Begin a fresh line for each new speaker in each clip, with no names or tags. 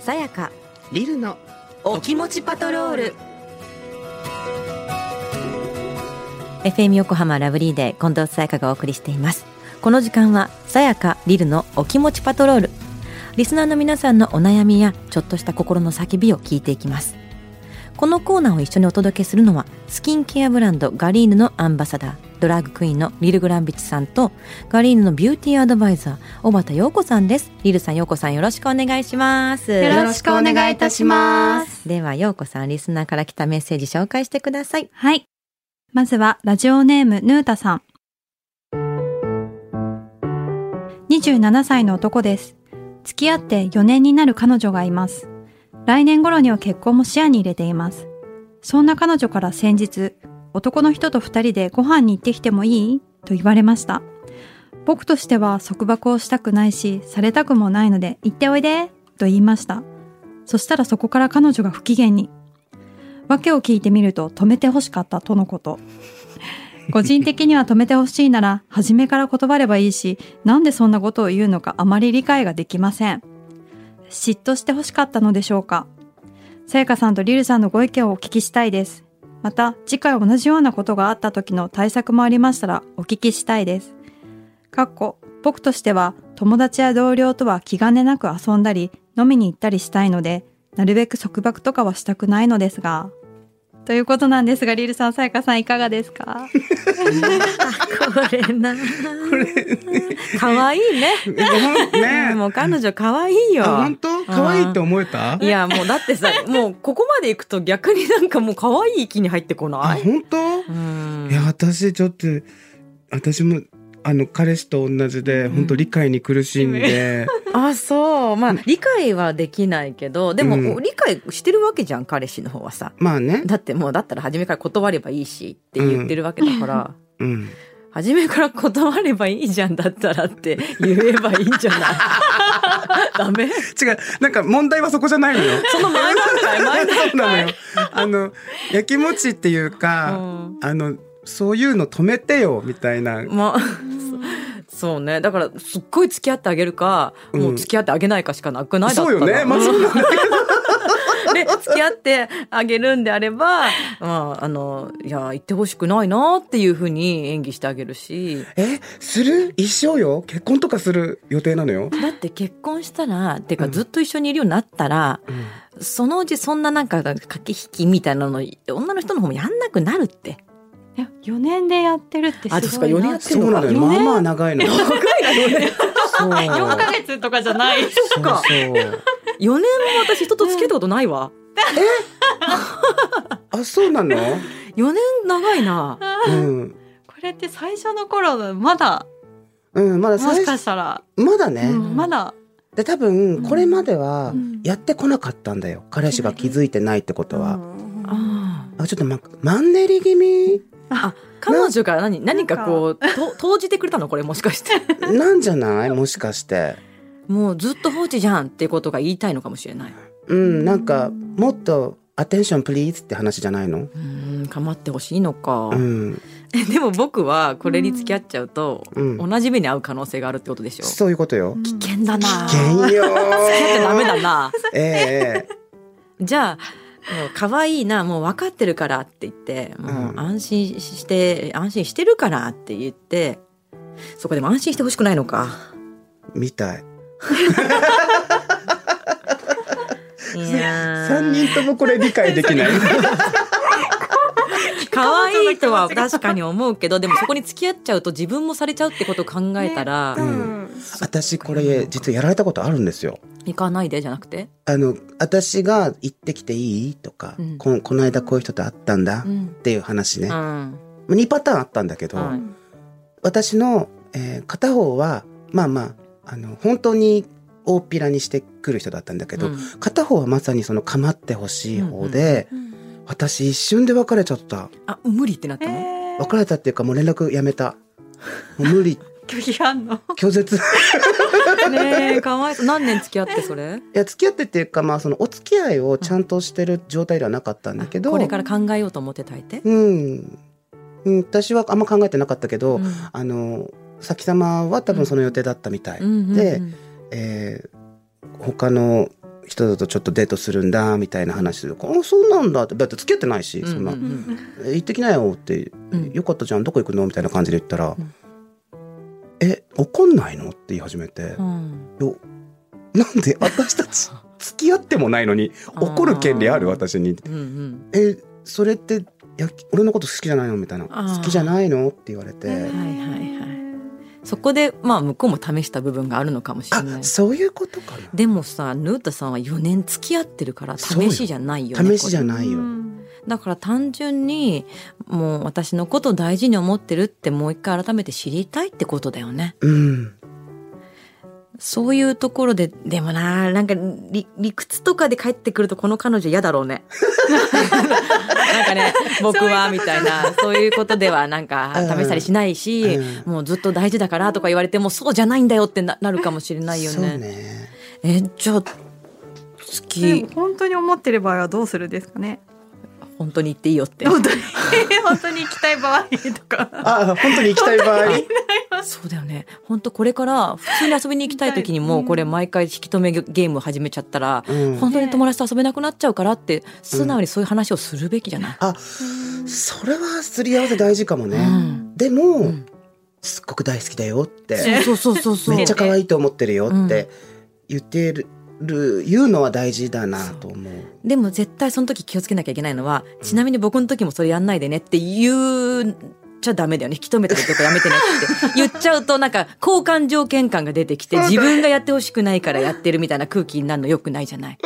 さやか
リルの
お気持ちパトロール FM 横浜ラブリーで近藤さやかがお送りしていますこの時間はさやかリルのお気持ちパトロールリスナーの皆さんのお悩みやちょっとした心の叫びを聞いていきますこのコーナーを一緒にお届けするのはスキンケアブランドガリーヌのアンバサダードラッグクイーンのリル・グランビチさんとガリーヌのビューティーアドバイザー小畑陽子さんですリルさん陽子さんよろしくお願いします
よろしくお願いいたします。
では陽子さんリスナーから来たメッセージ紹介してください
はい。まずは、ラジオネーム、ヌータさん。27歳の男です。付き合って4年になる彼女がいます。来年頃には結婚も視野に入れています。そんな彼女から先日、男の人と2人でご飯に行ってきてもいいと言われました。僕としては束縛をしたくないし、されたくもないので行っておいでと言いました。そしたらそこから彼女が不機嫌に。訳を聞いてみると止めてほしかったとのこと。 個人的には止めてほしいなら、初めから断ればいいし、なんでそんなことを言うのかあまり理解ができません。嫉妬してほしかったのでしょうかさやかさんとリルさんのご意見をお聞きしたいです。また、次回同じようなことがあった時の対策もありましたら、お聞きしたいです。かっこ、僕としては、友達や同僚とは気兼ねなく遊んだり、飲みに行ったりしたいので、なるべく束縛とかはしたくないのですが、ということなんですが、リルさん、さやかさん、いかがですか
これなこれ可愛いね
ね
もう彼女可愛いよ
あ本当可愛いって思えた
いやもうだって さもうここまで行くと逆になんかもう可愛い域に入ってこ
あ
ない
本当
うん
いや私ちょっと私もあの彼氏と同じで本当理解に苦しんで、
あそうまあ理解はできないけどでも、
うん
理解してるわけじゃん彼氏の方はさ
まあね、
だってもうだったら初めから断ればいいしって言ってるわけだから、
うん、
初めから断ればいいじゃんだったらって言えばいいんじゃ ないダメ
違うなんか問題はそこじゃないのよ
その前段階前段
そうなのよあのやきもちっていう
階
か、あのそういうの止めてよみたいな
うんまあそ そうねだからすっごい付き合ってあげるか、
うん
もう付き合ってあげないかしかなくないだ
そうよねまあそうなんだけど
で付き合ってあげるんであれば、まあ、あのいや言ってほしくないなっていうふうに演技してあげるし
えする一生よ結婚とかする予定なのよ、
だって結婚したらっていう
う
か
ん
ずっと一緒にいるようになったら、
うん
そのうちそんななんか駆け引きみたいなの女の人の方もやんなくなるって
いや、4年でやってるってすごいな。
あそうか4年やって
そうなのよ
四
まあ
年
まあ長いの長い のよねそう
ヶ月とかじゃない。
そうそう
4年も私人と付き合ったことないわ
あそうなの
4年長いな
うん
これって最初の頃のまだ
うんまだ
も
最
しか
初
したら、
まだね、
うんまだ
で多分これまでは
うん
やってこなかったんだよ彼氏が気づいてないってことは、
あ
あちょっとまマンネリ気味
彼女が何何
な
か
んか
こうと投じてくれたのこれもしかして
なんじゃないもしかして
もうずっと放置じゃんっていうことが言いたいのかもしれない
うんなんかもっとアテンションプリーズって話じゃないの
うーん構ってほしいのか、
うん
えでも僕はこれに付き合っちゃうと、
うん
同じ目に遭う可能性があるってことでしょ
そういうことよ
危
危険だな
危険よ
付き合っちゃダメだな
えええ
じゃあもう可愛いなもう分かってるからって言ってもう
うん
安心して、安心してるからって言ってそこでも安心してほしくないのか
えみたい
いやー
三人ともこれ理解できない
可愛いとは確かに思うけどでもそこに付き合っちゃうと自分もされちゃうってことを考えたら、
ねうん私これ実はやられたことあるんですよ
行かないでじゃなくて、
あの私が行ってきていいとか、
うん
ここの間こういう人と会ったんだ
う
っ
ん
ていう話ね、
う
ま
ん
あ2パターンあったんだけど、
はい
私の、えー片方はまあまああの本当に大っぴらにしてくる人だったんだけど、
うん
片方はまさにその構ってほしい方で、私一瞬で別れちゃった
あ無理ってなったの、
別れたっていうかもう連絡やめたもう無 理
拒否反応。
拒絶い
ねえ、かわいそう。何年付き合ってそれ
や付き合ってっていうかまあそのお付き合いをちゃんとしてる状態ではなかったんだけど、
これから考えようと思ってたいて。
うん、うん、私はあんま考えてなかったけど、
うん
あの先様は多分その予定だったみたい、
うんうんうん
でえー他の人だとちょっとデートするんだみたいな話するからあそうなんだってだって付き合ってないし、そんな
うんうん
え行ってきなよって、
うん
よかったじゃんどこ行くのみたいな感じで言ったら、
うん
え怒んないのって言い始めて
う、ん
よなん で私たち付き合ってもないのに怒る権利ある私に
うんうん
えそれっていや俺のこと好きじゃないのみたいな
あー
好きじゃないのって言われ
は
て
いはいはいそこでまあ向こうも試した部分があるのかもしれな
あ
い
そういうことかな
でもさヌータさんは4年付き合ってるから
そうよ
試しじゃないよね
試しじゃ
こ
ないよ、
れだから単純にもう私のことを大事に思ってるってもう一回改めて知りたいってことだよね
うん、
そういうところででもななんか理理屈とかで帰ってくるとこの彼女嫌だろうねなんかね僕はみたいなそういうことではなんか
うん
試したりしないし、
う
もうずっと大事だからとか言われてもそうじゃないんだよってななるかもしれないよ
そう
ね
ね
えじゃあ
で
月
も本当に思ってる場合はどうするんですか ね
本当に行っていいよって
本当に本当に行きたい場合とか
あ本当に行きたい場合
そうだよね本当これから普通に遊びに行きたい時にも
うん
これ毎回引き止めゲゲーム始めちゃったら
うん
本当に友達と遊べなくなっちゃうからって素直にそういう話をするべきじゃない、
あそれはすり合わせ大事かもね、
うん
でも、
うん
すっごく大好きだよって
そうそうそうそう
めっちゃ可愛いと思ってるよって言ってる、言うのは大事だなと思う
でも絶対その時気をつけなきゃいけないのは、ちなみに僕の時もそれやんないでねって言っちゃダメだよね。引き止めたりとかやめてねって言っちゃうとなんか交換条件感が出てきて自分がやってほしくないからやってるみたいな空気になるのよくないじゃない。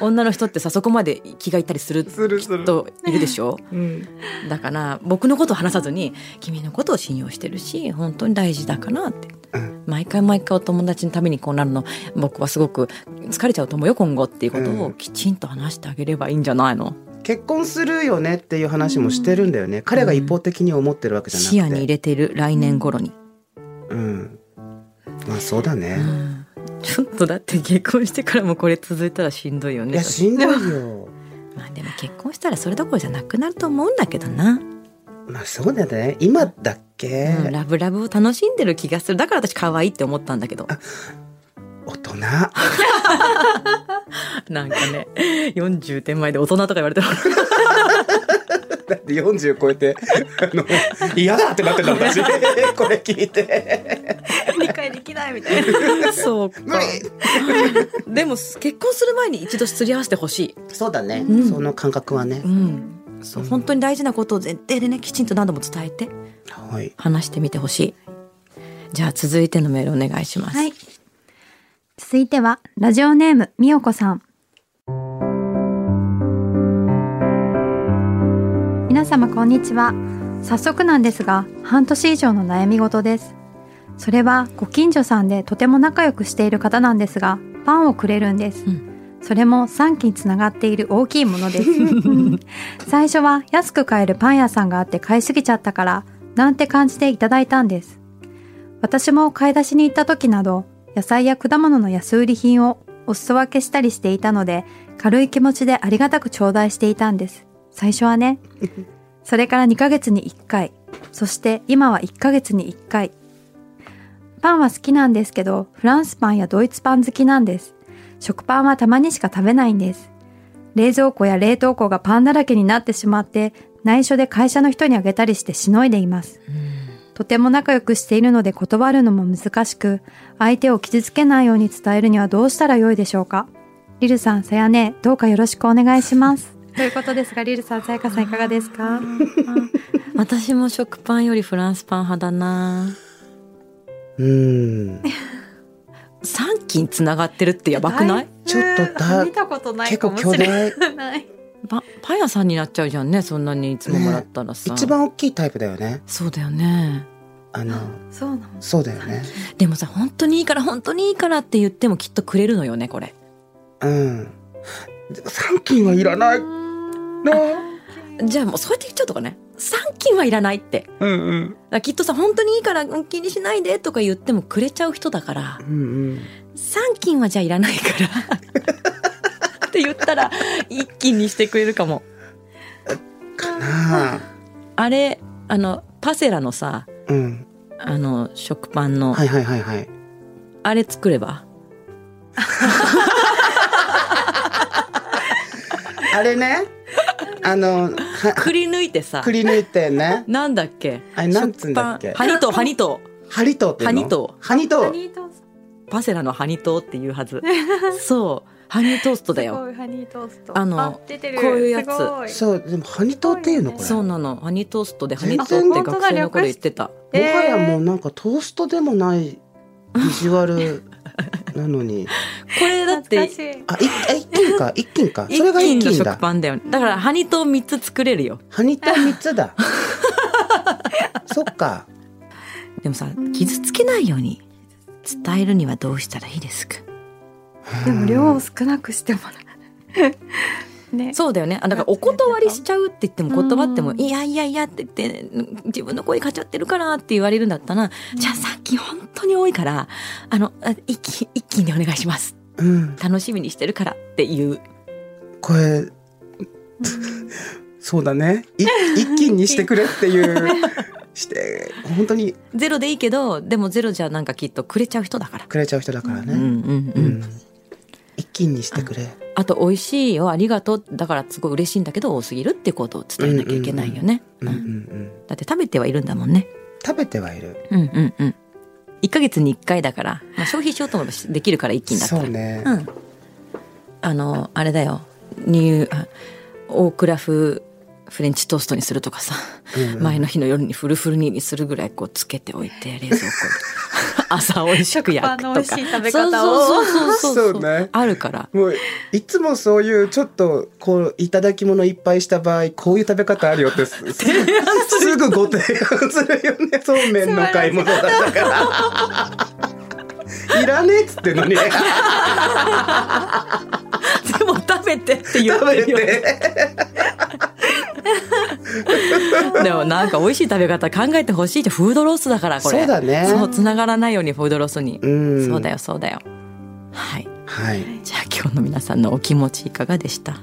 女の人ってさそこまで気がいったりする
するする
人いるでしょ
うん
だから僕のことを話さずに君のことを信用してるし本当に大事だからって
うん
毎回毎回お友達のためにこうなるの僕はすごく疲れちゃうと思うよ今後っていうこと
う
を
ん
きちんと話してあげればいいんじゃないの、
結婚するよねっていう話もしてるんだよね、彼が一方的に思ってるわけじゃなくて
視野に入れてる来年頃に、
うんまあそうだね、
ちょっとだって結婚してからもこれ続いたらしんどいよ
いや
ね
しんどいよ
まあでも結婚したらそれどころじゃなくなると思うんだけどな、
まあそうだね今だっけ、
うんラブラブを楽しんでる気がするだから私可愛いって思ったんだけど
大人
なんかね40手 前で大人とか言われても
だって40超えてあ の嫌だってなってた私これ聞いて
理解できないみたいな
そう
無
か
理
でも結婚する前に一度すり合わせてほし
そうだね、
うん
その感覚はね
い、う、ん、そう本当に大事なことを前提でねきちんと何度も伝えて
はい
話してみてほしいじゃあ続いてのメールお願いします、
はい。続いては、ラジオネーム、みよこさん。皆様、こんにちは。早速なんですが、半年以上の悩み事です。それは、ご近所さんでとても仲良くしている方なんですが、パンをくれるんです。
うん
それも3機につながっている大きいも のです。最初は安く買えるパン屋さんがあって買いすぎちゃったから、なんて感じでいただいたんです。私も買い出しに行った時など野菜や果物の安売り品をお裾分けしたりしていたので軽い気持ちでありがたく頂戴していたんです最初はねそれから2ヶ月に1回そして今は1ヶ月に1回パンは好きなんですけどフランスパンやドイツパン好きなんです食パンはたまにしか食べないんです冷蔵庫や冷凍庫がパンだらけになってしまって内緒で会社の人にあげたりしてしのいでいますとても仲良くしているので断るのも難しく、相手を傷つけないように伝えるにはどうしたらよいでしょうかリルさん、さやね、どうかよろしくお願い します。ということですが、リルさん、さやかさんいかがですか
私も食パンよりフランスパン派だな
うん
3斤つながってるってやばくない
ちょっとだ
見たことない
結
か
構
もし
巨
れ
大
ない
パパン屋さんになっちゃうじゃんねそんなにいつももらったらさ、
一番大きいタイプだよね
そうだよね
あの
そうなの
そうだよね
でもさ本当にいいから本当にいいからって言ってもきっとくれるのよねこれ
うん三金はいらないな
じゃあもうそうやって言っちゃうとかね3斤はいらないって
うんうん
だからきっとさ本当にいいからうん気にしないでとか言ってもくれちゃう人だから
うん
3斤はじゃあいらないから って言ったら一斤にしてくれるかも
うんかな
あれあのパセラのさ
うん
あの食パンの、
はいはいはいはい
あれ作れば
あれねあのは
くり抜いてさ
くり抜いてね
なんだっけ
あれなんつうんだっけ
食パンハニトーハニト
ハリトーっていうの
ハニト
ハニト
ハ
ー
ニートース
ーパセラのハニトーっていうは ずそうハニートースト
ト
だ
す
よ
ごいハニートースト
あの
出てる
こういうやつ
すごい
そうでもハニトーっていうのこれ
そう
も
なのハニートーストでハニートーって学生の頃言ってた
はやもうなんかトーストでもないビジュアルなのに
これだっ
懐
て
かしい
あいあ一斤か一斤かそれ
一
が一
斤の
斤
食
だ
パンだよねだからハニトー3つ作れるよ
ハニトー三つだそっか
でもさ傷つけないように伝えるにはどうしたらいいですか
でも量を少なくしてもらうね
そうだよねあだからお断りしちゃうって言っても断っても「いやいやいや」って言って「自分の声買っちゃってるから」って言われるんだったら「じゃあさっき本当に多いからあのあ一気一気にお願いします
うん
楽しみにしてるから」っていう
これそうだねい一斤にしてくれっていうして本当に
ゼロでいいけどでもゼロじゃなんかきっとくれちゃう人だから。
くれちゃう人だか
う
ら
ん
ね、
うんう
うんん一斤にしてくれ
あと「美味しいよありがとう」だからすごい嬉しいんだけど多すぎるってことを伝えなきゃいけないよね、
うんうんう
うん
ん
だって食べてはいるんだもんね
食べてはいる
うんうんうん1ヶ月に1回だから、まあ、消費しようともできるから一気にだったら
そうね、
うんあのあれだよニューあ大倉風フレンチトーストにするとかさ、
うんうん
前の日の夜にフルフルにするぐらいこうつけておいて冷蔵庫 で朝美味しく焼く
食パンの
とか
美味しい食べ方を
そうそうそうそう
そうね
ある から
もういつもそういうちょっとこういただき物いっぱいした場合こういう食べ方ある よってすすぐご提案するよねそうめんの買い物だったか らいらねえっつってんのに食
でも食べてって言って
べ
るよ
て
でもなんか美味しい食べ方考えてほしいじゃんフードロスだからこれ
そうだね
そうつながらないようにフードロスに、
うん
そうだよそうだよはい
はい
じゃあ今日の皆さんのお気持ちいかがでした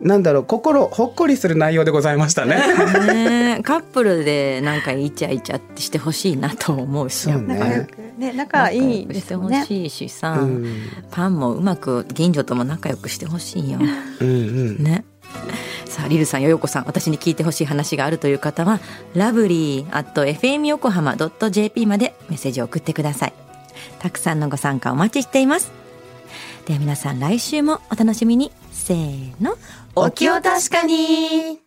なんだろう心ほっこりする内容でございましたね
ねえカップルでなんかイチャイチャってしてほしいなと思うし
そうね
仲良くね仲いいですもん
仲良くしてほ
ね
しいし
う
さ、
ん
パンもうまく近所とも仲良くしてほしいよ
うんうん
ねさあリルさんヨヨコさん私に聞いてほしい話があるという方はラブリー at fm 横浜 .jp までメッセージを送ってくださいたくさんのご参加お待ちしていますでは皆さん来週もお楽しみにせーの
お気を確
かに